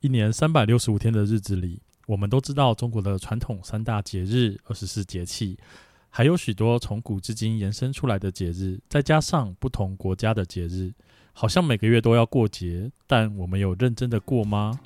一年三百六十五天的日子里，我们都知道中国的传统三大节日、二十四节气，还有许多从古至今延伸出来的节日，再加上不同国家的节日，好像每个月都要过节，但我们有认真的过吗？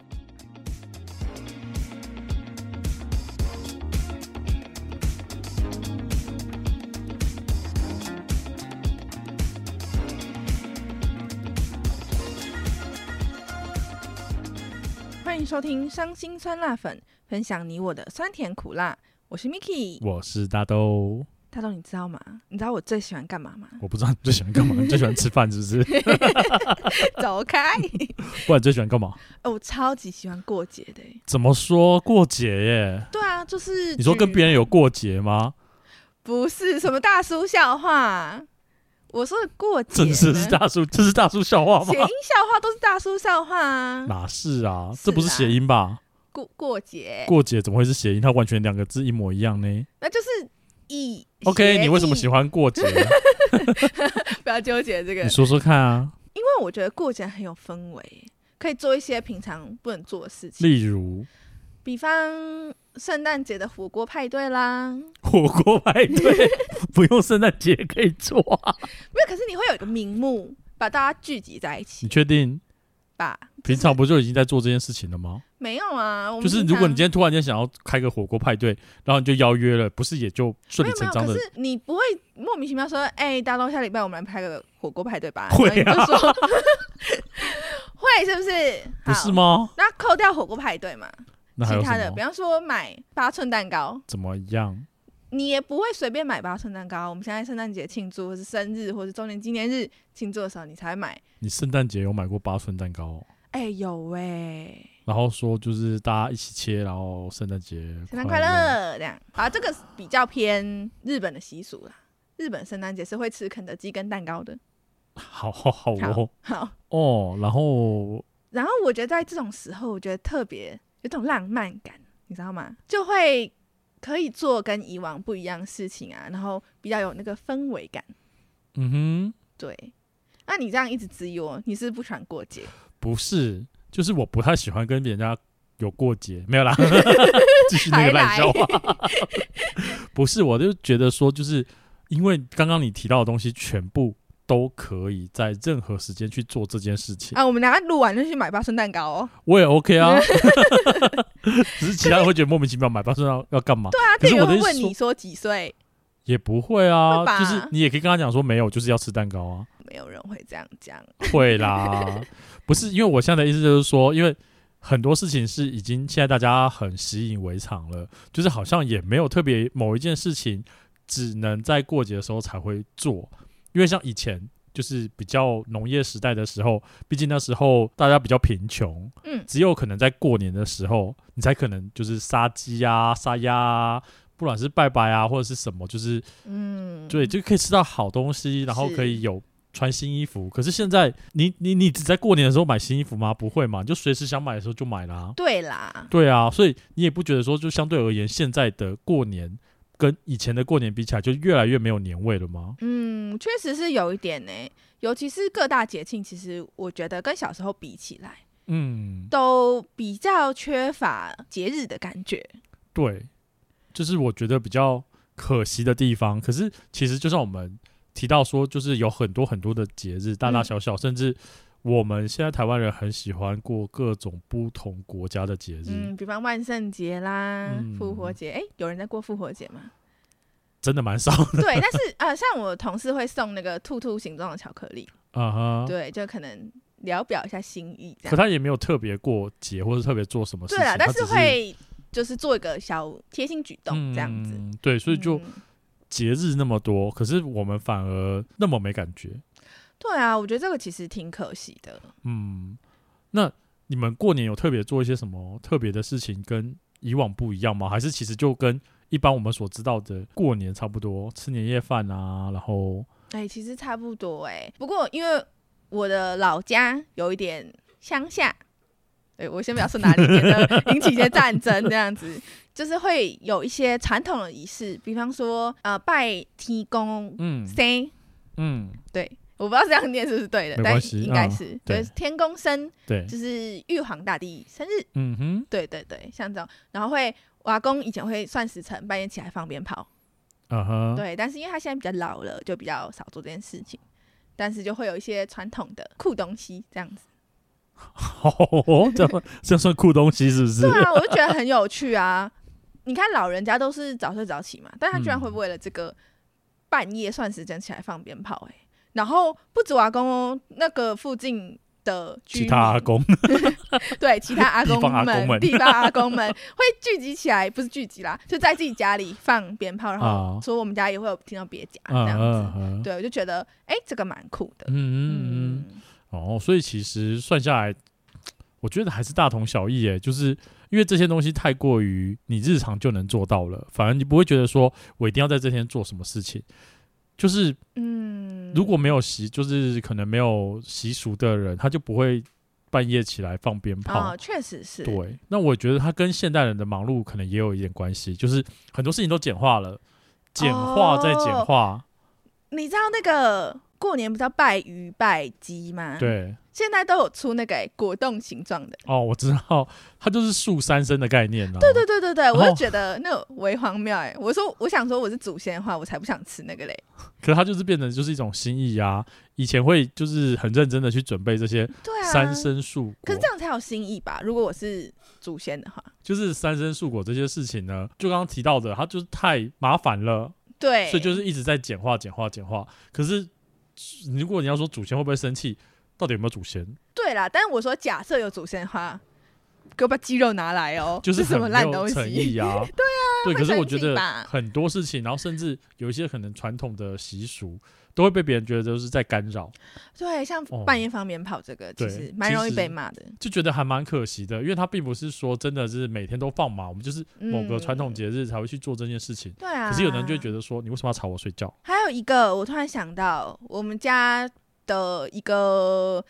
欢迎收听《伤心酸辣粉》，分享你我的酸甜苦辣。我是 Miki，我是大豆，大豆，你知道吗？你知道我最喜欢干嘛吗？我不知道你最喜欢干嘛，你最喜欢吃饭是不是？ 走开！不然你最喜欢干嘛？ 哦我超级喜欢过节的耶。怎么说过节耶？对啊，就是你说跟举别人有过节 吗？不是什么大叔笑话，我说的过节呢，真是是大叔，这是大叔笑话谐吗音？笑话都是大叔笑话啊。哪是啊？是这不是啦谐音吧？过过节，过节怎么会是谐音？它完全两个字一模一样呢。那就是以 OK，你为什么喜欢？欢过 节？ 不要纠结这个你，说说看啊。因为我觉得过节很有氛围，可以做一些平常不能做的事情。例如比方圣诞节的火锅派对啦，没火锅派 对，不用圣诞节可以做啊。有，可是你会有一个名目把大家聚集在一你起确定？吧？平常不就已经在做这件事情了吗？没有啊，我们就是平如果你常今天突然间想要开个火锅派对，然后你就邀约了，不是也就顺没理有没成有，章的可？是你不会莫名其妙说，哎、大家都下礼拜我们来拍个火锅派对吧？会啊然后你就说 会是不是？不是好？吗？那扣掉火锅派对嘛，那还其有他的，什比么？方说买八寸蛋糕，怎么样？你也不会随便买八寸蛋糕。我们现在圣诞节庆祝，或是生日，或是周年纪念日庆祝的时候，你才会买。你圣诞节有买过八寸蛋糕哦、哎、有哎、然后说就是大家一起切，然后圣诞节圣诞快乐这样啊，这个比较偏日本的习俗啦。日本圣诞节是会吃肯德基跟蛋糕的。好好好哦好，哦，然后然后我觉得在这种时候，我觉得特别有种浪漫感，你知道吗？就会可以做跟以往不一样的事情啊，然后比较有那个氛围感。嗯哼。对，那你这样一直质疑我，你是不是不喜欢过节？不是，就是我不太喜欢跟人家有过节，没有 啦，继续那个烂笑话。不是，我就觉得说，就是因为刚刚你提到的东西，全部都可以在任何时间去做这件事情，啊，我们两个录完就去买八寸蛋糕哦。我也 OK 啊。只是其他人会觉得莫名其妙，买包知道要干嘛，对啊，可是店员我的会意思问说你说几岁，也不会啊会。吧就是你也可以跟他讲说，没有，就是要吃蛋糕啊。没有人会这样讲。会啦，不是因为我现在的意思就是说，因为很多事情是已经现在大家很习以为常了，就是好像也没有特别某一件事情只能在过节的时候才会做，因为像以前。就是比较农业时代的时候，毕竟那时候大家比较贫穷，嗯，只有可能在过年的时候，你才可能就是杀鸡啊、杀鸭啊，不管是拜拜啊或者是什么，就是嗯，对，就可以吃到好东西，然后是可以有穿新衣服。可是现在，你你你只在过年的时候买新衣服吗？不会嘛，你就随时想买的时候就买啦、对啦，对啊，所以你也不觉得说，就相对而言，现在的过年跟以前的过年比起来，就越来越没有年味了吗？嗯，确实是有一点呢、尤其是各大节庆，其实我觉得跟小时候比起来，嗯，都比较缺乏节日的感觉。对，就是我觉得比较可惜的地方。可是其实就像我们提到说，就是有很多很多的节日，大大嗯小小，甚至我们现在台湾人很喜欢过各种不同国家的节日。嗯，比方万圣节啦嗯、复活节，哎、有人在过复活节吗？ 真的蛮少 对，但是啊、呃像我同事会送那个兔兔形状的巧克力，啊哈。对，就可能聊表一下心意这可样。他也没有特别过节或者特别做什么事对情，啊啦，但他只是会就是做一个小贴心举动这样子。嗯对，所以就嗯节日那么多，可是我们反而那么没感觉。对啊，我觉得这个其实挺可惜的。嗯，那你们过年有特别做一些什么特别的事情，跟以往不一样吗？还是其实就跟一般我们所知道的过年差不多，吃年夜饭啊，然后哎、其实差不多哎、不过因为我的老家有一点乡下，哎、我先不要说哪里，免得引起一些战争这样子，就是会有一些传统的仪式，比方说呃拜天公嗯生，嗯，对。我不知道这样念是不是对的，没但关系应该嗯是、对就是天公生，对，就是玉皇大帝生日，嗯哼，对对对，像这种，然后会我阿公以前会算时辰，半夜起来放鞭炮，嗯哼，对，但是因为他现在比较老了，就比较少做这件事情，但是就会有一些传统的酷东西这样子。哦，这样 这样算酷东西是不是对？啊，我就觉得很有趣啊。你看老人家都是早睡早起嘛，但他居然嗯会为了这个半夜算时间起来放鞭炮、欸，然后不止我阿公哦，那个附近的其居民他阿公，对其他阿地公方阿们、公们地方阿公们会聚集起来，不是聚集啦，就在自己家里放鞭炮，然后啊说我们家也会有听到别家嗯 这样子。嗯嗯，对，我就觉得哎、这个蛮酷的。嗯嗯嗯，嗯，哦，所以其实算下来，我觉得还是大同小异耶，就是因为这些东西太过于你日常就能做到了，反而你不会觉得说我一定要在这天做什么事情。就是嗯如果没有习，就是可能没有习俗的人，他就不会半夜起来放鞭炮。啊，确、实是，对，那我觉得它跟现代人的忙碌可能也有一点关系，就是很多事情都简化了，简化再简哦化，你知道那个过年不是要拜鱼拜鸡吗？，对。现在都有出那个、欸、果冻形状的。哦，我知道，它就是树三生的概念啊。对对对对对，我就哦觉得那种微荒谬哎、欸我说我想说我是祖先的话，我才不想吃那个嘞。可是它就是变成就是一种心意啊。以前会就是很认真的去准备这些对啊，三生树果，可是这样才有新意吧？如果我是祖先的话，就是三生树果这些事情呢，就刚刚提到的，它就是太麻烦了，对，所以就是一直在简化、简化、简化。可是如果你要说祖先会不会生气，到底有没有祖先？对啦。但是我说假设有祖先的话，给我把鸡肉拿来哦、就是这什很么没烂有东诚西？意啊。 对啊，对。会可是我生觉气得吧很多事情，然后甚至有一些可能传统的习俗，都会被别人觉得都是在干扰，对，像哦半夜放鞭炮这个，其对实蛮容易其实被骂的。就觉得还蛮可惜的。因为它并不是说真的是每天都放嘛，我们就是某个传统嗯、节日才会去做这件事情。对啊。可是有的人就会觉得说，你为什么要吵我睡觉？还有一个，我突然想到，我们家的一个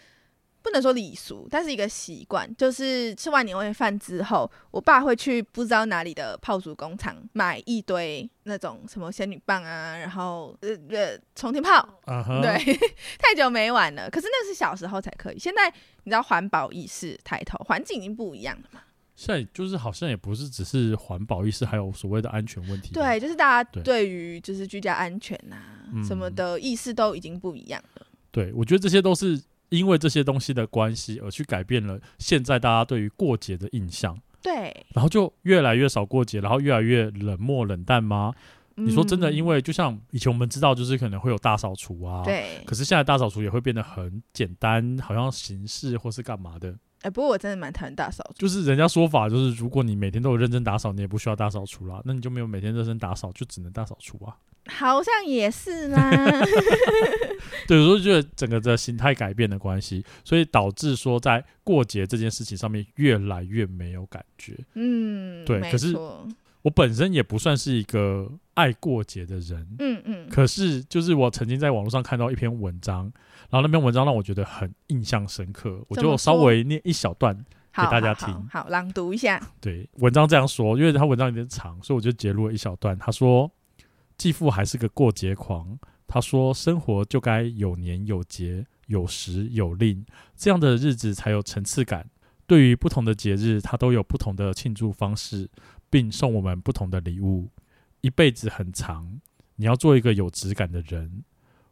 不能说礼俗，但是一个习惯，就是吃完年夜饭之后，我爸会去不知道哪里的炮竹工厂买一堆那种什么仙女棒啊，然后呃呃冲天炮，啊哈，对，太久没玩了。可是那是小时候才可以，现在你知道环保意识抬头，环境已经不一样了嘛。现在就是好像也不是只是环保意识，还有所谓的安全问题。对，就是大家嗯对对于就是居家安全啊嗯什么的意识都已经不一样了。对，我觉得这些都是因为这些东西的关系而去改变了现在大家对于过节的印象。对，然后就越来越少过节，然后越来越冷漠冷淡吗？你说真的，嗯因为就像以前我们知道，就是可能会有大扫除啊，，对，可是现在大扫除也会变得很简单，好像形式或是干嘛的。哎、不过我真的蛮讨厌大扫除。就是人家说法就是，如果你每天都有认真打扫，你也不需要大扫除啦，那你就没有每天认真打扫，就只能大扫除啊。好像也是 啦，啊对，我就觉得整个的形态改变的关系，所以导致说在过节这件事情上面越来越没有感觉。嗯，对没可是错我本身也不算是一个爱过节的人，嗯嗯，可是，就是我曾经在网络上看到一篇文章，然后那篇文章让我觉得很印象深刻，我怎么就稍说微念一小段。好，大家好听好，好朗读一下，对，文章这样说，因为他文章有点长，所以我就截录了一小段。他说，继父还是个过节狂。他说，生活就该有年有节，有时有令，这样的日子才有层次感。对于不同的节日，他都有不同的庆祝方式，并送我们不同的礼物。一辈子很长，你要做一个有质感的人。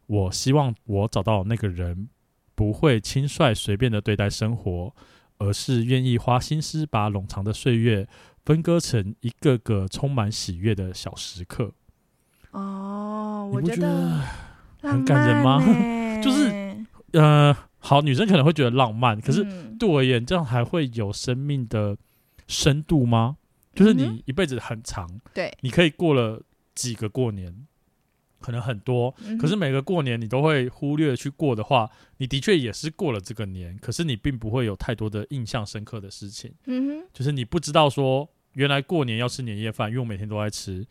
我希望我找到那个人，不会轻率随便的对待生活，而是愿意花心思把冗长的岁月分割成一个个充满喜悦的小时刻。哦，你我不觉得得？浪很感人吗漫 欸就是呃，好，女生可能会觉得浪漫，可是嗯对我而言，这样还会有生命的深度吗？就是嗯你一辈子很长，对，你可以过了几个过年，可能很多，嗯可是每个过年你都会忽略去过的话，你的确也是过了这个年，可是你并不会有太多的印象深刻的事情。嗯就是你不知道说原来过年要吃年夜饭，因为我每天都在吃，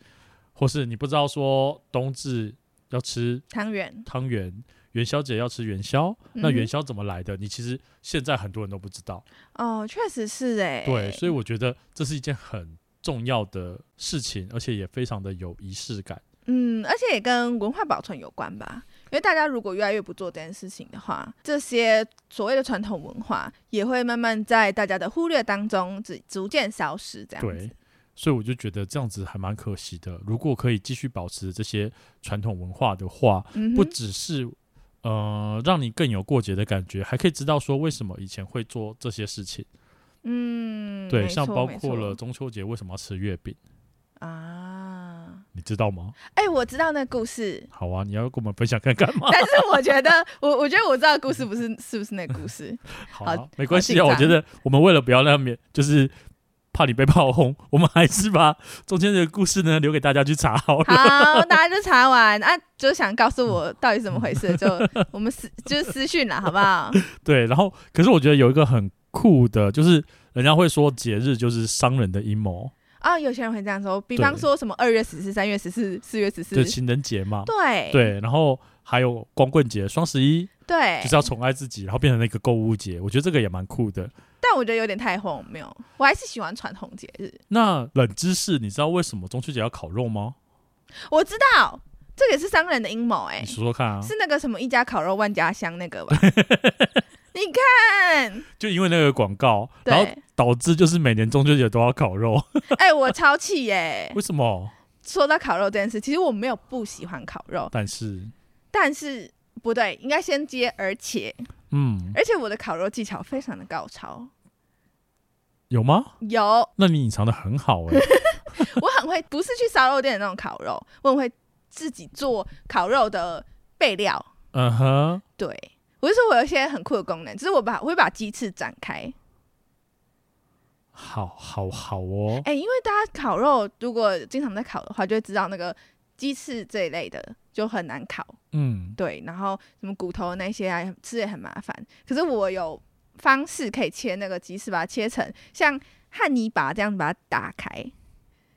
或是你不知道说冬至要吃哼，汤圆，汤圆，元宵节要吃元宵，那嗯哼元宵怎么来的？你其实现在很多人都不知道，哦，确实是哎，对，所以我觉得这是一件很重要的事情，而且也非常的有仪式感。嗯，而且也跟文化保存有关吧。因为大家如果越来越不做这件事情的话，这些所谓的传统文化也会慢慢在大家的忽略当中，逐逐渐消失。这样子对，所以我就觉得这样子还蛮可惜的。如果可以继续保持这些传统文化的话，嗯哼不只是呃让你更有过节的感觉，还可以知道说为什么以前会做这些事情。嗯，对，没像错包没括错了中秋节为什么要吃月饼，啊，你知道吗？，哎、我知道那故事 好啊，你要跟我们分享看看吗？但是我觉得我我觉得我知道故事不是是不是那 故事，好啊、好没关系啊。好我紧觉张得我们为了不要让免，就是怕你被炮轰，我们还是把中间的故事呢留给大家去查好了。 好，大家就查完啊，就想告诉我到底是怎么回事，就我们私就是私讯了，好不好？对，然后可是我觉得有一个很酷的，就是人家会说节日就是商人的阴谋，啊，有些人会这样说，比对方说什么二月十四、三月十四、四月十四，就情人节嘛。对对，然后还有光棍节、双十一，对就是要宠爱自己，然后变成了一个购物节。我觉得这个也蛮酷的。但我觉得有点太荒谬，我还是喜欢传统节日。那冷知识，你知道为什么中秋节要烤肉吗？我知道这个也是商人的阴谋、哎你，说说看啊，是那个什么一家烤肉万家香那个 吧？你看，就因为那个广告，然后对，导致就是每年中秋节都要烤肉，哎、我超气耶、为什么？说到烤肉这件事，其实我没有不喜欢烤肉，但是，但是不对，应该先接而且。嗯，而且我的烤肉技巧非常的高超，有吗？有那你隐藏的很好 哎、我很会，不是去烧肉店的那种烤肉，我很会自己做烤肉的备料。嗯哼，对，我就说我有一些很酷的功能，就是我把我会把鸡翅展开。好好好哦，哎、因为大家烤肉如果经常在烤的话，就会知道那个鸡翅这一类的就很难烤， 嗯，对，然后什么骨头那些啊，吃也很麻烦。可是我有方式可以切那个鸡翅，把它切成像汉尼拔这样把它打开。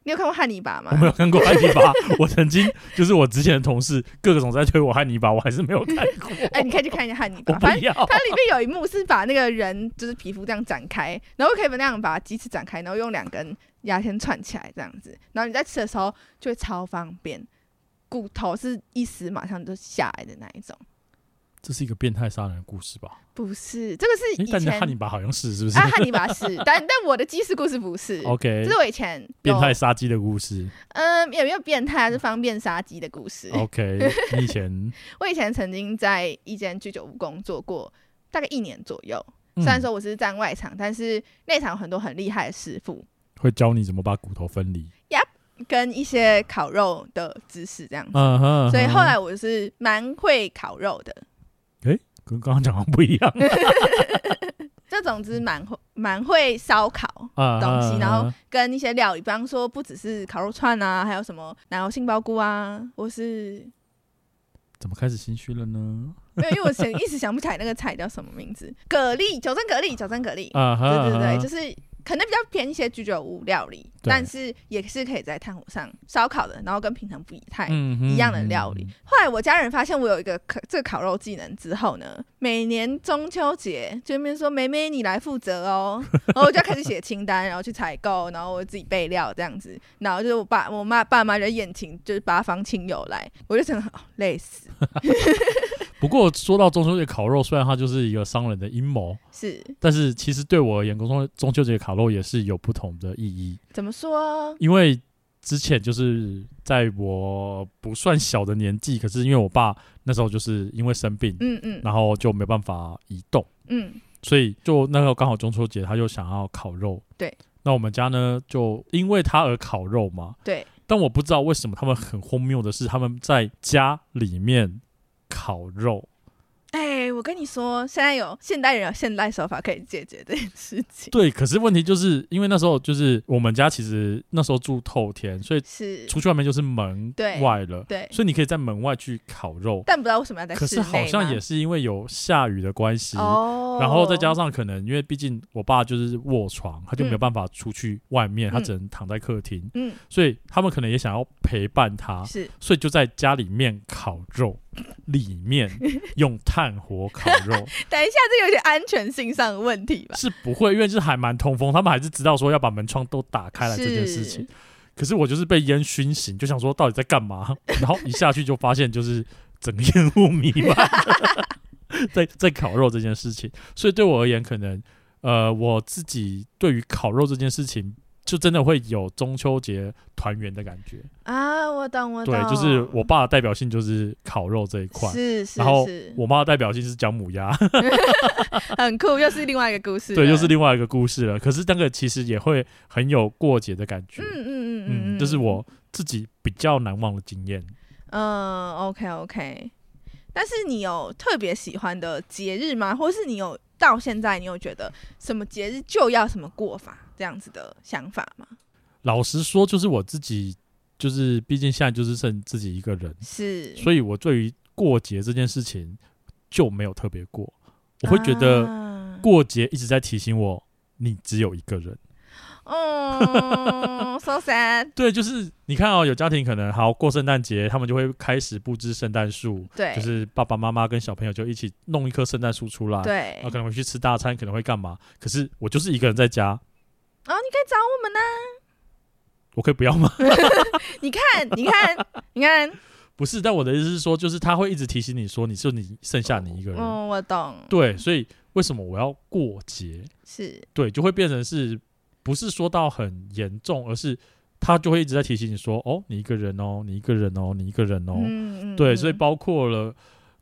你有看过汉尼拔吗我？没有看过汉尼拔，我曾经就是我之前的同事各种在推我汉尼拔，我还是没有看过， 哎、你可以去看一下汉尼我拔，不反正要，它里面有一幕是把那个人就是皮肤这样展开，然后可以把那样把鸡翅展开，然后用两根牙签串起来这样子，然后你在吃的时候就会超方便，骨头是一撕马上就下来的那一种。这是一个变态杀人的故事吧？不是，这个是诶以但是前汉尼拔好像是是不是、啊汉尼拔是，但但我的鸡翅故事不是 o k 这是我以前变态有，杀鸡的故事嗯，也没有变态，是方便杀鸡的故事。 ，OK，你以前，我以前曾经在一间居酒屋工作过，大概一年左右。嗯虽然说我是站外场，但是内场有很多很厉害的师傅，嗯会教你怎么把骨头分离，跟一些烤肉的知识这样子。嗯哼，所以后来我是蛮会烤肉的，跟刚刚讲的不一 样这总之蛮会蛮会烧烤啊，东西，嗯然后跟一些料理，比方说不只是烤肉串啊，还有什么奶油杏鲍菇啊，或是怎么开始心虚了呢？没有，因为我想一时想不起来那个菜叫什么名字， 蛤蜊，九珍蛤蜊，九珍蛤蜊，啊哈，对对啊对，哈就是可能比较偏一些居酒屋料理，对但是也是可以在炭火上烧烤的，然后跟平常不太嗯哼一样的料理。嗯嗯后来我家人发现我有一个烤这个烤肉技能之后呢，每年中秋节就在那边说梅梅你来负责哦， 然后我就开始写清单，然后去采购，然后我自己备料这样子，然后就是我爸我妈爸妈就宴请就是八方亲友来，我就真的很、哦累死，不过说到中秋节烤肉，虽然它就是一个商人的阴谋，是但是其实对我而言，中中秋节烤肉也是有不同的意义，怎么说？因为之前就是在我不算小的年纪，可是因为我爸那时候就是因为生病，嗯嗯然后就没办法移动，嗯，所以就那时候刚好中秋节，他就想要烤肉。对，那我们家呢就因为他而烤肉嘛，对，但我不知道为什么他们很荒谬的是，他们在家里面烤肉。哎，我跟你说，现在有现代人有现代手法可以解决这件事情，对，可是问题就是因为那时候就是我们家其实那时候住透天，所以是，出去外面就是门对外了，对，所以你可以在门外去烤肉。但不知道为什么要在可是室内好像也吗是因为有下雨的关系，哦，然后再加上可能因为毕竟我爸就是卧床，他就没有嗯办法出去外面，他嗯只能躺在客厅，嗯所以他们可能也想要陪伴他，是。所以就在家里面烤肉，里面用炭火烤 肉等一下，这有点安全性上的问题吧？是不会，因为就是还蛮通风，他们还是知道说要把门窗都打开来这件事情。 可是我就是被烟熏醒，就想说到底在干嘛，然后一下去就发现就是整个厌恶弥漫 在在烤肉这件事情。所以对我而言，可能呃我自己对于烤肉这件事情，就真的会有中秋节团圆的感觉。啊，我懂我懂，对，就是我爸的代表性就是烤肉这一块，是是然后是，我妈的代表性是姜母鸭，很酷，又是另外一个故事了， 对，又是另外一个故事了。可是那个其实也会很有过节的感觉，嗯嗯嗯嗯，嗯，这是我自己比较难忘的经验。嗯，OK OK，但是你有特别喜欢的节日吗？或是你有到现在你有觉得什么节日就要什么过法这样子的想法吗？老实说，就是我自己，就是毕竟现在就是剩自己一个人，是，所以我对于过节这件事情就没有特别过。我会觉得啊过节一直在提醒我，你只有一个人。哦，so sad，对，就是你看哦，有家庭可能好过圣诞节，他们就会开始布置圣诞树，对， 就是爸爸妈妈跟小朋友就一起弄一棵圣诞树出来。对，啊，可能会去吃大餐，可能会干嘛？可是我就是一个人在家，哦，你可以找我们呢、我可以不要吗？ 你看，你看，你看，不是，但我的意思是说，就是他会一直提醒你说，你就你剩下你一个人。嗯，我懂，对，所以为什么我要过节？是，对，就会变成是不是说到很严重，而是他就会一直在提醒你说，哦，你一个人哦，你一个人哦，你一个人哦。嗯嗯，对，嗯所以包括了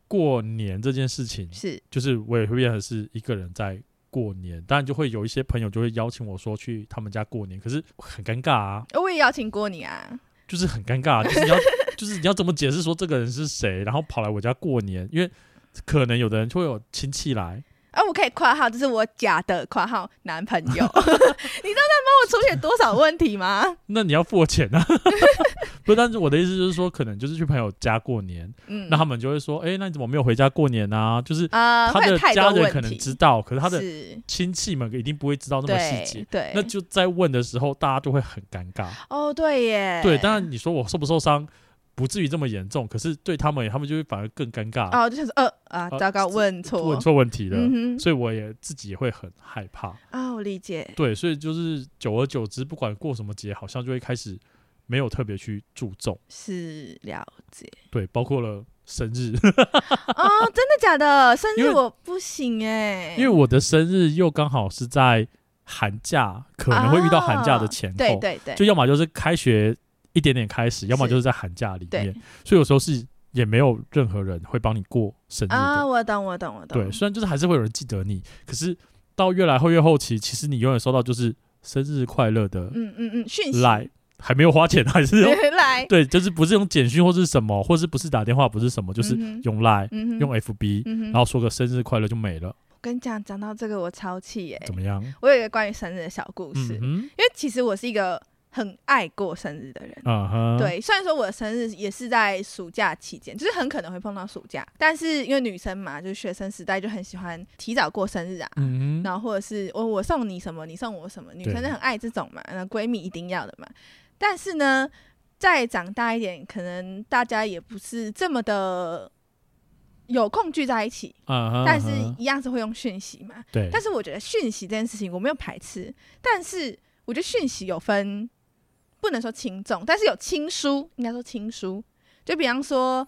过年这件事情，是就是我也会变成是一个人在过年，当然就会有一些朋友就会邀请我说去他们家过年，可是很尴尬啊，我也邀请过你啊，就是很尴尬，啊就是你 要就是你要怎么解释说这个人是谁，然后跑来我家过年，因为可能有的人就会有亲戚来，啊，我可以括号，这是我假的括号男朋友， 你知道他帮我出现多少问题吗？那你要付我钱啊。 不，但是我的意思就是说，可能就是去朋友家过年，嗯，那他们就会说，哎、那你怎么没有回家过年啊？就是啊、他会有的太家多人问可能题知道，可是他的是亲戚们一定不会知道那么细节对，对，那就在问的时候，大家就会很尴尬。哦对耶，对，当然你说我受不受伤，不至于这么严重，可是对他们，他们就会反而更尴尬，哦就是呃啊啊糟糕问错问错问题了。嗯哼所以我也自己也会很害怕。啊、我理解对，所以就是久而久之，不管过什么节，好像就会开始没有特别去注重。是了解对，包括了生日，哦真的 假的？生因日为我不行哎， 因为我的生日又刚好是在寒假，可能会遇到寒假的啊前后，对对对，就要么就是开学一点点开始，要么是就是在寒假里面对，所以有时候是也没有任何人会帮你过生日的。啊我懂我懂我懂，对，虽然就是还是会有人记得你，可是到越来后越后期，其实你永远收到就是生日快乐的嗯嗯嗯讯息来，还没有花钱，还 是用来对，就是不是用简讯或是什么，或是不是打电话，不是什么，就是嗯哼用来嗯哼用 FB，嗯哼然后说个生日快乐就没了，我跟你讲，讲到这个我超气耶、怎么样？我有一个关于生日的小故事，嗯因为其实我是一个很爱过生日的人。哼，啊哈，，对，虽然说我的生日也是在暑假期间，就是很可能会碰到暑假，但是因为女生嘛，就是学生时代就很喜欢提早过生日啊，嗯哼，然后或者是我我送你什么，你送我什么，女对生就很爱这种嘛，那闺蜜一定要的嘛。但是呢，再长大一点，可能大家也不是这么的有空聚在一起，啊哈，但是啊哈一样是会用讯息嘛。对，但是我觉得讯息这件事情我没有排斥，但是我觉得讯息有分，不能说轻重，但是有亲疏，应该说亲疏。就比方说，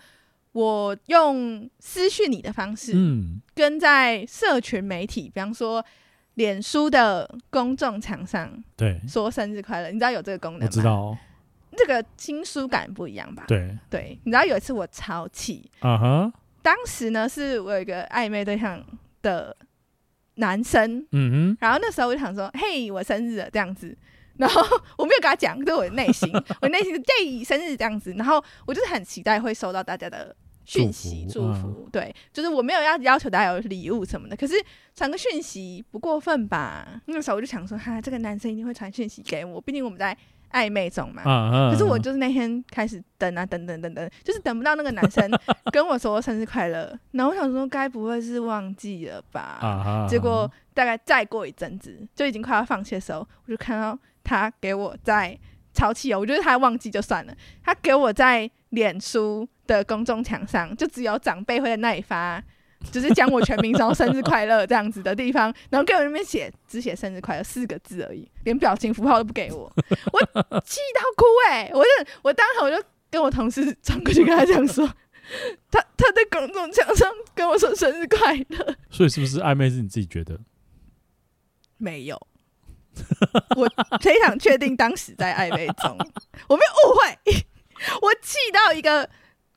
我用私讯你的方式，嗯，跟在社群媒体，比方说脸书的公众场上对，说生日快乐，你知道有这个功能吗？我知，道，这个亲疏感不一样吧？对，对，你知道有一次我超气，啊哈，当时呢是我有一个暧昧对象的男生，嗯然后那时候我就想说，嘿，我生日了这样子。然后 我没有跟他讲，这是我的内心，我内心是 耶生日这样子。然后我就是很期待会收到大家的讯息祝祝福嗯福，对，就是我没有要要求大家有礼物什么的，可是传个讯息不过分吧？那时候我就想说，哈，这个男生一定会传讯息给我，毕竟我们在暧昧中嘛。哼，啊哈，可是我就是那天开始等啊等等等等，就是等不到那个男生跟我说生日快乐，然后我想说，该不会是忘记了吧？啊哈，结果大概再过一阵子，就已经快要放弃的时候，我就看到他给我在潮气哦，我觉得他忘记就算了，他给我在脸书的公众墙上，就只有长辈会在那里发， 就是讲我全名，然后生日快乐这样子的地方，然后给我那边写只写生日快乐四个字而已，连表情符号都不给我，欸我气到哭哎、我就我当场我就跟我同事冲过去跟他讲说。他他在公众墙上跟我说生日快乐，所以是不是暧昧是你自己觉得？没有。 我非常确定当时在暧昧中， 我没有误会，我气到一个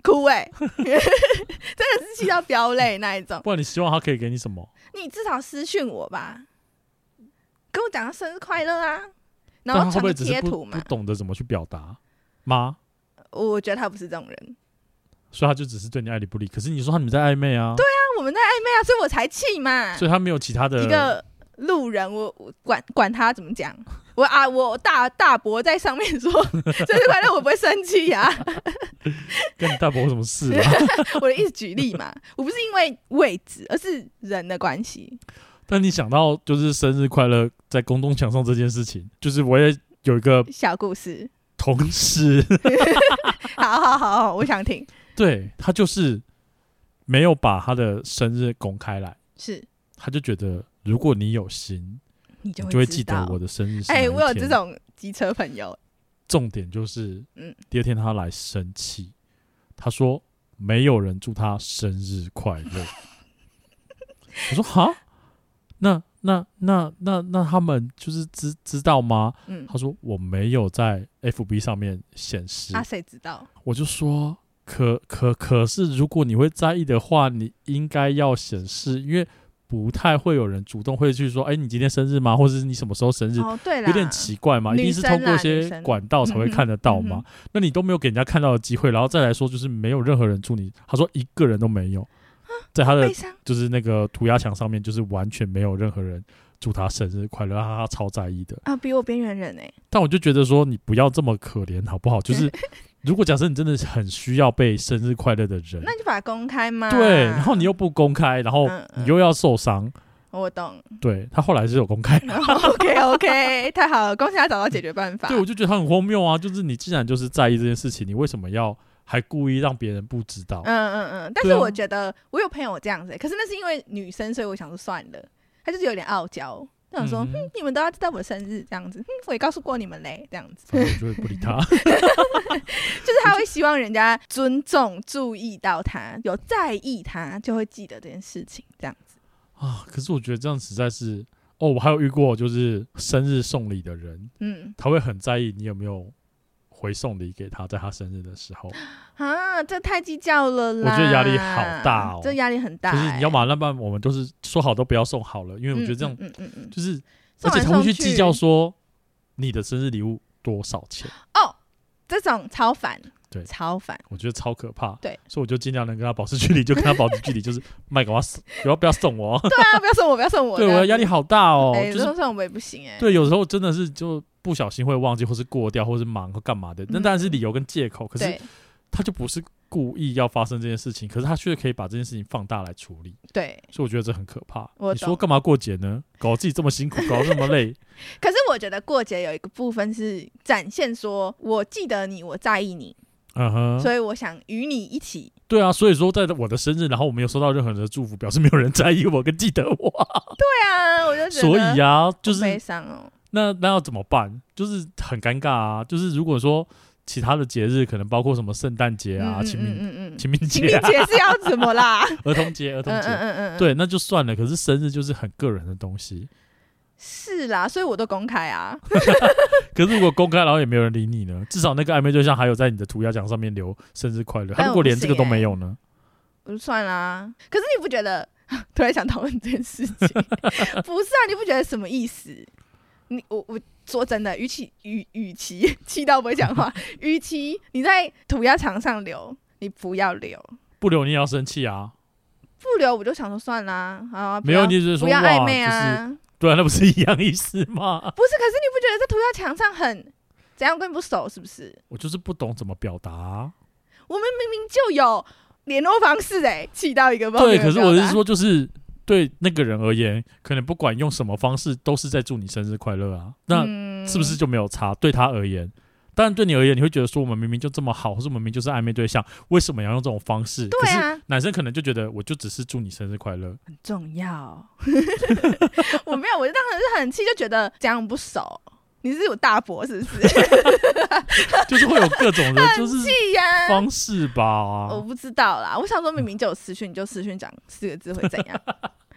哭 哎、真的是气到飙泪那一种。不然你希望他可以给你什么？你至少私讯我吧，跟我讲生日快乐啊，但然他后会传不个会只贴是图不不嘛。懂得怎么去表达吗？我觉得他不是这种人，所以他就只是对你爱理不理。可是你说他你们在暧昧啊，对啊，那我们在暧昧啊，所以我才气嘛。所以他没有其他的啊一个路人，我我管管他怎么讲，我啊，我大大伯在上面说 生日快乐，我不会生气啊呀、跟你大伯有什么事 啊？我的意思举例嘛，我不是因为位置，而是人的关系。但你想到就是生日快乐在公众墙上这件事情，就是我也有一个小故事，同事，好好好好，我想听。对他就是没有把他的生日公开来，是他就觉得如果你有心，你就你会就会知记得道我的生日是哎、哪一我有天这种机车朋友，重点就是，嗯第二天他来生气，他说没有人祝他生日快乐。 我说哈，那那那那那他们就是知知道吗？嗯，他说我没有在 FB 上面显示，那啊谁知道？我就说可可可是如果你会在意的话，你应该要显示，因为不太会有人主动会去说，哎、你今天生日吗？或者是你什么时候生日？哦，对啦，有点奇怪嘛，一定是通过一女生啦女些生管道才会看得到嘛。嗯哼嗯那你都没有给人家看到的机会，然后再来说就是没有任何人祝你，他说一个人都没有，啊在他的悲伤。就是那个涂鸦墙上面，就是完全没有任何人祝他生日快乐，他他超在意的。啊，比我边缘人哎、但我就觉得说你不要这么可怜好不好？就是 如果假设你真的很需要被生日快乐的人，那就把它公开嘛。嗯对，然后你又不公开，然后嗯嗯嗯你又要受伤，我懂对他后来是有公开。 ，OK OK，太好了，恭喜他找到解决办法。对，我就觉得他很荒谬啊！就是你既然就是在意这件事情，你为什么要还故意让别人不知道？嗯嗯嗯，但对是啊我觉得我有朋友这样子欸、可是那是因为女生，所以我想说算了，她就是有点傲娇，就想说、嗯哼，你们都要知道我生日这样子，哼，我也告诉过你们嘞，这样子，反正我就会不理 他。就是她会希望人家尊重、注意到她，有在意她，就会记得这件事情，这样子。啊，可是我觉得这样实在是……哦，我还有遇过就是生日送礼的人，嗯他会很在意你有没有回送礼给他，在他生日的时候，就啊，这太计较了啦，我觉得压力好大哦这压力很大、欸，是你要嘛，那么我们都是说好都不要送好了，因为我嗯，觉得这样嗯嗯嗯嗯，就是，而送来且他会送去计较说你的生日礼物多少钱，哦，这种超烦，对超烦，我觉得超可怕。对，所以我就尽量能跟他保持距离，就跟他保持距离，就是 麦给我死，不要不要送我哦。对啊，不要送我，不要送我， 对，这我的样压力好大哦，哎，就这是种送我也不行哎、对，有时候真的是就不小心会忘记，或是过掉，或是忙或干嘛的，那当然是理由跟借口，可是嗯对他就不是故意要发生这件事情，可是他却可以把这件事情放大来处理，对，所以我觉得这很可怕。我你懂说干嘛过节呢？搞自己这么辛苦，搞这么累，可是我觉得过节有一个部分是展现说我记得你，我在意你，嗯哼，所以我想与你一起。对啊，所以说在我的生日，然后我没有收到任何人的祝福，表示没有人在意我跟记得 我，对啊，我就觉得所以啊，就好是悲伤哦。那那要怎么办？就是很尴尬啊。就是如果说其他的节日，可能包括什么圣诞节啊、嗯清嗯明、嗯嗯嗯，清明情节人啊、节是 要怎么啦？嗯 儿童节、儿童嗯节，嗯嗯，嗯，对，那就算了。可是生日就是很个人的东西。是啦，所以我都公开啊。 可是如果公开，然后也没有人理你呢，至少那个暧昧对象还有在你的涂鸦墙上面留生日快乐。他但如果我不连这个都行没欸有呢？我就算啦。可是你不觉得？ 突然想讨论这件事情， 不是啊？你不觉得什么意思？你我我说真的，与其与与其 气到不会讲话，与其你在涂鸦墙上留，你不要留，不留你也要生气啊？不留我就想说算啦，好啊，不没有，要你只是说不要哇，暧昧就是啊，对啊，那不是一样意思吗？不是？可是你不觉得在涂鸦墙上很怎样跟你不熟是不是？我就是不懂怎么表达啊、我们明明就有联络方式哎、气到一个爆。对，可是我是，说，就是对那个人而言，可能不管用什么方式，都是在祝你生日快乐啊。那嗯是不是就没有差？对他而言，当然对你而言，你会觉得说我们明明就这么好，或是我们明明就是暧昧对象，为什么要用这种方式？对可是啊？男生可能就觉得，我就只是祝你生日快乐。 重要。我没有，我就当时是很气，就觉得这样不熟。你是有大伯是不 是？就是会有各种的，就是对呀、方式吧。 我不知道啦。我想说明明就有私讯，你就私讯讲四个字会怎 样？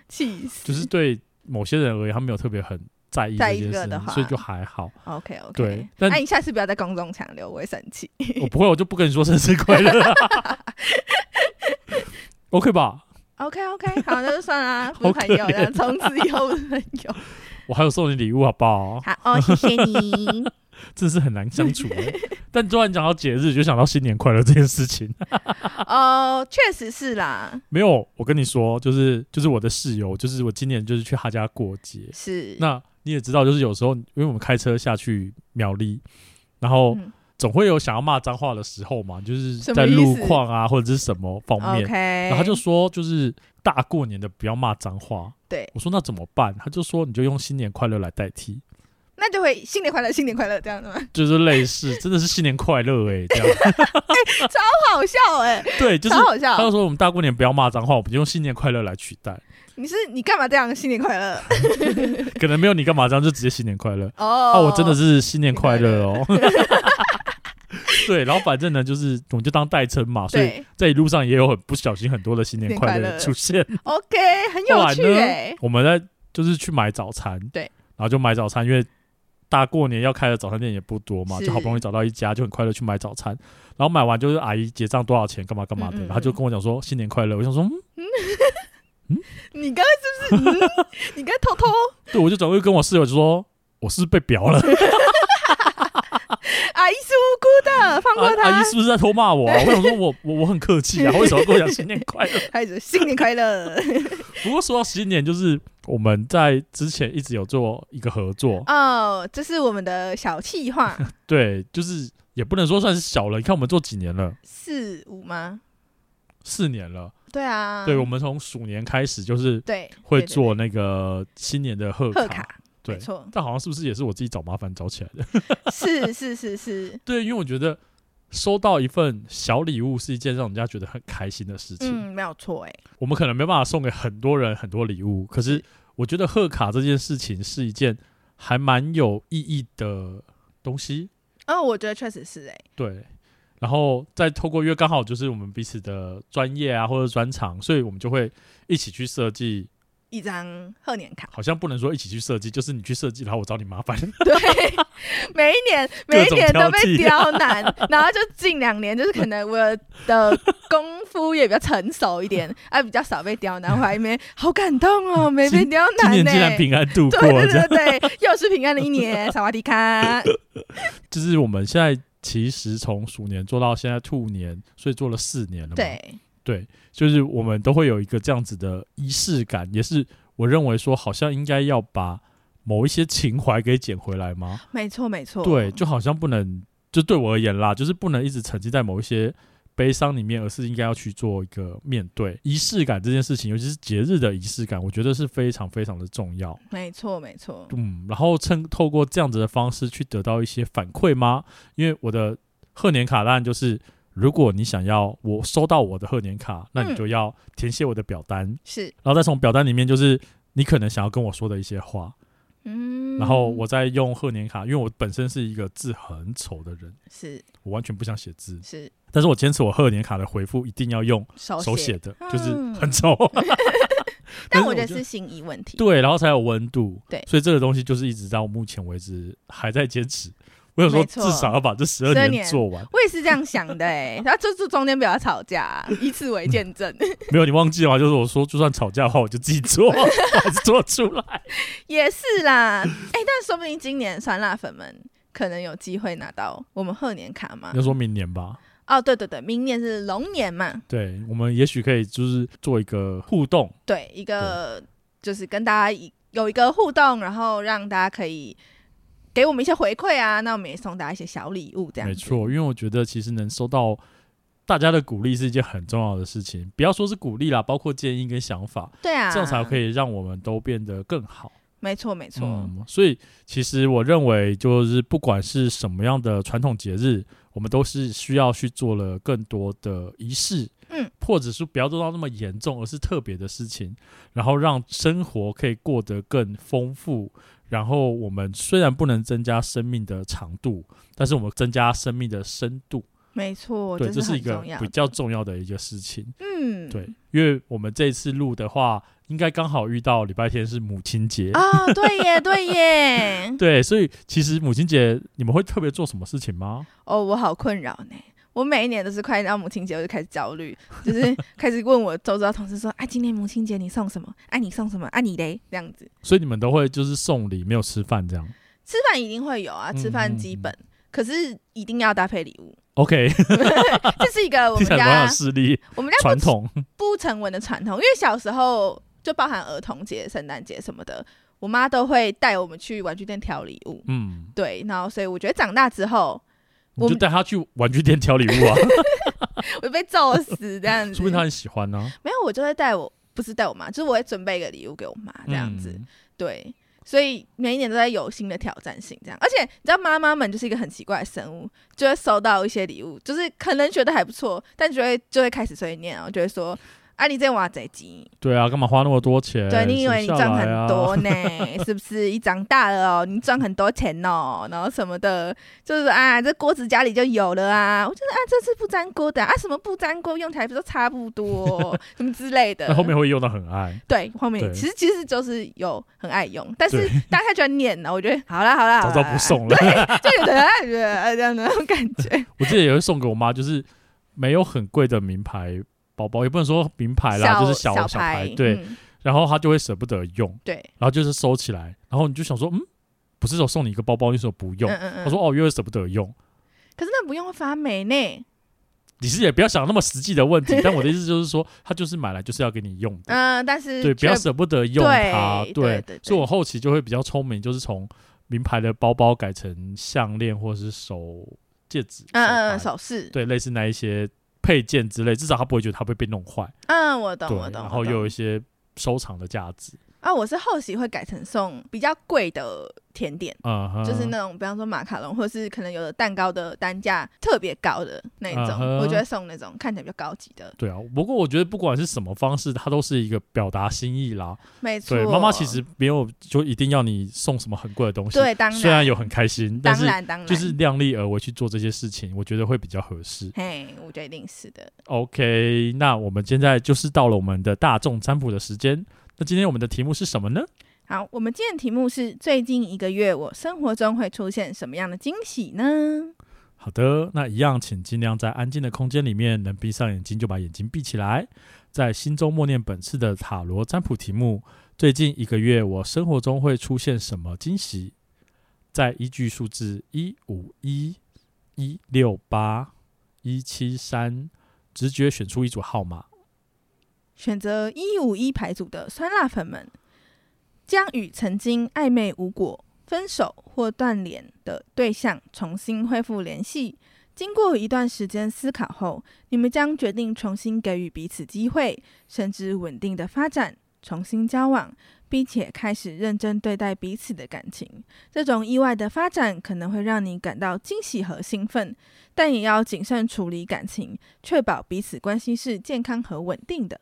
气死！就是对某些人而言，他没有特别很在意在这意件这个事的情，话所以就还好。 OK OK，对那、但啊你下次不要在公众场留，我会生气。我不会，我就不跟你说生日快乐了。OK 吧？ OK OK，好，那就 算啦，不是朋友好可怜了，从此以后不是朋友。我还有送你礼物，好不好？好哦，谢谢 你。真是很难相处欸。但突然讲到节日，就想到新年快乐这件事情。 哦，确实是啦，没有，我跟你说，就是就是我的室友，就是我今年就是去他家过节。是那你也知道，就是有时候因为我们开车下去苗栗，然后嗯总会有想要骂脏话的时候嘛，就是什么在意路思况啊或者是什么方面。 OK，然然后他就说，就是大过年的不要骂脏话。对，我说那怎么办？他就说你就用新年快乐来代替，那就会新年快乐，新年快乐 这样的吗？就是类似，真的是新年快乐哎、欸，这 样好好笑哎、对，就是超好笑他就说我们大过年不要骂脏话，我们就用新年快乐来取代，你是你干嘛这样？新年快乐可能没有你干嘛这样，就直接新年快乐。哦！哦，我真的是新年快乐哦。 对，然后反正呢，就是我们就当代称嘛，所以对在一路上也有很不小心很多的新年新年快快乐乐出现。 ，OK，很后有来趣呢哎、我们在就是去买早餐，对，然后就买早餐，因为大过年要开的早餐店也不多嘛，是就好不容易找到一家，就很快乐去买早餐。然后买完就是阿姨结账多少钱，干嘛干嘛的，嗯嗯嗯然后就跟我讲说新年快乐。我想说，嗯、你刚刚是不是？嗯、你刚刚偷偷对，我就转过去跟我室友就说，我是不是被表 了？阿姨是无辜的，放阿过 阿他姨。是不是在偷骂我、啊？我想说我我我很客气 啊，为什么要跟我讲新年快乐？开始新年快乐 不过说到新年，就是我们在之前一直有做一个合作，哦，这是我们的小气 话，对，就是也不能说算是小了，你看我们做几年了，四五吗？四年了。对啊，对，我们从鼠年开始就是对会对对做那个新年的贺贺卡，对没错，但好像是不是也是我自己找麻烦找起来的？ 是是是是，对，因为我觉得收到一份小礼物是一件让人家觉得很开心的事情。嗯，没有错哎、我们可能没办法送给很多人很多礼物，可是我觉得贺卡这件事情是一件还蛮有意义的东西。哦，我觉得确实是哎、对。然后再透过，因为刚好就是我们彼此的专业啊，或者专长，所以我们就会一起去设计一张贺 年卡，好像不能说一起去设计，就是你去设计，然后我找你 麻烦。对，每一年各每一种年都挑剔被刁难， 然后就近两年就是可能我的功夫也比较成熟 一点，哎、比较少被刁难，我还没好感动哦，没被刁今难年呢、竟然平安度过，对对这样对对对，又是平安的一年，萨瓦迪 卡。就是我们现在其实从鼠年做到现在兔年，所以做了四年了嘛。，对，就是我们都会有一个这样子的仪式感，也是我认为说好像应该要把某一些情怀给捡回来吗？没错没错。对，就好像不能，就对我而言啦，就是不能一直沉浸在某一些。悲伤里面，而是应该要去做一个面对仪式感这件事情，尤其是节日的仪式感，我觉得是非常非常的重要。没错没错。嗯，然后趁透过这样子的方式去得到一些反馈吗？因为我的贺年卡当然就是，如果你想要我收到我的贺年卡，那你嗯就要填写我的表单，是，然后再从表单里面就是你可能想要跟我说的一些话，嗯。然后我再用贺年卡，因为我本身是一个字很丑的人，是我完全不想写字，是但是我坚持我贺年卡的回复一定要用手手写写，的，就是嗯很丑。 但但是我我觉得觉得是心意问题。对，然后才有温度。对所以这个东西就是一直到目前为止还在坚持。我想说，没错至少要把这十二12年年做完。我也是这样想的哎、欸，然后 就是中间不要吵架、啊以此为见证，没有，你忘记了吗？就是我说，就算吵架的话，我就自己 做，我还是做出来。也是啦。哎、但说不定今年酸辣粉们可能有机会拿到我们贺年卡嘛要？说明年吧，哦，对对对，明年是龙年嘛，对我们也许可以就是做一个互动，对，一个就是跟大家一有一个互动，然后让大家可以给我们一些回馈啊，那我们也送大家一些小礼物，这样没子错。因为我觉得其实能收到大家的鼓励是一件很重要的事情，不要说是鼓励啦，包括建议跟想法，对啊，这样才可以，以让我们都变得更好。没错没错，嗯，所以其实我认为，就是不管是什么样的传统节日，我们都是需要去做了更多的仪式，嗯，或者说不要做到那么严重，而是特别的事情，然后让生活可以过得更丰富，然后我们虽然不能增加生命的长度，但是我们增加生命的深度，没错，嗯对，这哦是是一很个重要比的。较重要的一个事情。嗯，对，因为我们这一次录的话，应该刚好遇到礼拜天是母亲节，。哦，对耶，对耶 对，所以其实母亲节你们会特别做什么事情吗？哦，我好困扰呢。我每一年都是快到母亲节，我就开始焦虑，就是 开始问我周遭同事说：“啊，今年母亲节你送什么？啊，你送什么？啊，你嘞？”这样子，所以你们都会就是送礼，没有吃饭这样。吃饭一定会有啊，吃嗯饭嗯基嗯本，可是一定要搭配礼物， OK，这是一个我 听们起来蛮家有势力我们家传不统。不成文的传统，因为小时候就包含儿童节、圣诞节什么的，我妈都会带我们去玩具店挑礼物。嗯，对，然后所以我觉得长大之后， 你我就们带他去玩具店挑礼 物啊，我被揍死这样 子。说不定他很喜欢呢、没有，我就会带我，不是带我妈，就是我会准备一个礼物给我妈这样子。嗯对，所以每一年都在有新的挑战性这样。而且你知道，妈妈们就是一个很奇怪的生物，就会收到一些礼物，就是可能觉得还不错，但就会就会开始碎念，然后就会说。啊，你这娃贼急，对啊，干嘛花那么多钱？对你以为你省下赚哎来很啊多呢， 是不是？一长大了哦，你赚很多钱哦，然后什么的，就是说啊，这锅子家里就有了啊。我觉得啊，这是不粘锅的啊，啊什么不粘锅用起来不都差不 多，什么之类的那。后面会用到很爱，对，后面对其实其实就是有很爱用，但是对大家喜欢念呢，我觉得好啦好啦，早好知道啦不，送了。 就有的啊觉得啊这样的那种感觉， 我记得也会送给我妈，就是没有很贵的名牌包包，也不能说名牌啦，就是小小小牌牌，对。嗯然后她就会舍不得用，对，然后就是收起来，然后你就想说，嗯，不是说送你一个包包，你说不用嗯，嗯嗯她说哦，因为舍不得用。可是那不用会发霉呢，你是也不要想那么实际的问 题，但我的意思就是说，她就是买来就是要给你用的，嗯，但是对，不要却舍不得用它，对对对对所以我后期就会比较聪明，就是从名牌的包包改成项链或是手戒指，嗯嗯嗯手环首饰，对，类似那一些配件之类，至少他不会觉得它会被弄坏，嗯，我懂对，我懂，然我后又懂有一些收藏的价值，啊，我是后期会改成送比较贵的甜点，嗯哼，就是那种比方说马卡龙，或者是可能有的蛋糕的单价特别高的那一种，嗯哼我就会送那种看起来比较高级的。对啊，不过我觉得不管是什么方式，它都是一个表达心意啦。没错，对，妈妈其实没有就一定要你送什么很贵的东西，对，当然虽然有很开心，但当是然当然就是量力而为去做这些事情，我觉得会比较合适。嘿，我觉得一定是的。 OK，那我们现在就是到了我们的大众占卜的时间。那今天我们的题目是什么呢？好，我们今天的题目是最近一个月我生活中会出现什么样的惊喜呢？好的，那一样，请尽量在安静的空间里面，能闭上眼睛就把眼睛闭起来，在心中默念本次的塔罗占卜题目。最近一个月，我生活中会出现什么惊喜？再依据数字一五一、一六八、一七三，直觉选出一组号码。选择一五一牌组的酸辣粉们，将与曾经暧昧无果、分手或断联的对象重新恢复联系。经过一段时间思考后，你们将决定重新给予彼此机会，甚至稳定的发展，重新交往，并且开始认真对待彼此的感情。这种意外的发展可能会让你感到惊喜和兴奋，但也要谨慎处理感情，确保彼此关系是健康和稳定的。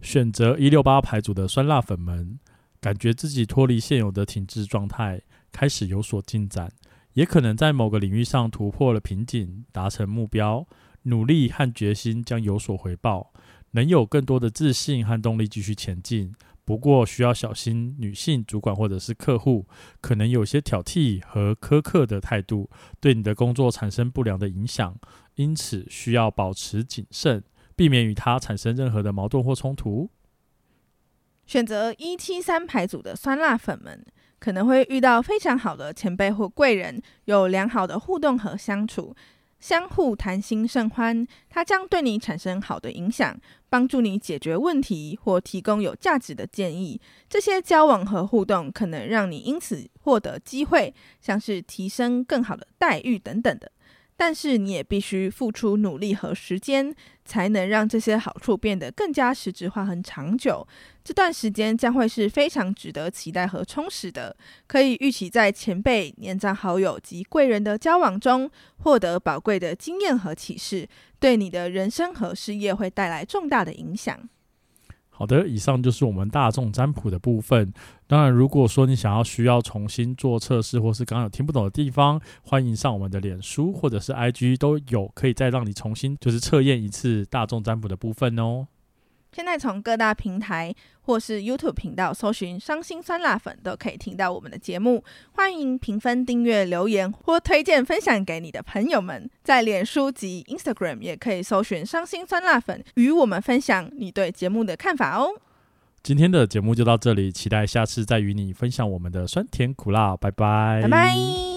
选择一六八牌组的酸辣粉们，感觉自己脱离现有的停滞状态，开始有所进展，也可能在某个领域上突破了瓶颈，达成目标，努力和决心将有所回报，能有更多的自信和动力继续前进。不过需要小心，女性主管或者是客户可能有些挑剔和苛刻的态度，对你的工作产生不良的影响，因此需要保持谨慎。避免与他产生任何的矛盾或冲突。选择一七三牌组的酸辣粉们，可能会遇到非常好的前辈或贵人，有良好的互动和相处，相互谈心甚欢。他将对你产生好的影响，帮助你解决问题或提供有价值的建议。这些交往和互动可能让你因此获得机会，像是提升更好的待遇等等的。但是你也必须付出努力和时间，才能让这些好处变得更加实质化和长久。这段时间将会是非常值得期待和充实的，可以预期在前辈、年长好友及贵人的交往中获得宝贵的经验和启示，对你的人生和事业会带来重大的影响。好的，以上就是我们大众占卜的部分。当然，如果说你想要需要重新做测试，或是刚刚有听不懂的地方，欢迎上我们的脸书或者是 IG 都有，可以再让你重新就是测验一次大众占卜的部分哦。现在从各大平台或是 YouTube 频道搜寻“伤心酸辣粉”，都可以听到我们的节目。欢迎评分、订阅、留言或推荐分享给你的朋友们。在脸书及 Instagram 也可以搜寻“伤心酸辣粉”，与我们分享你对节目的看法哦。今天的节目就到这里，期待下次再与你分享我们的酸甜苦辣，拜拜，拜拜。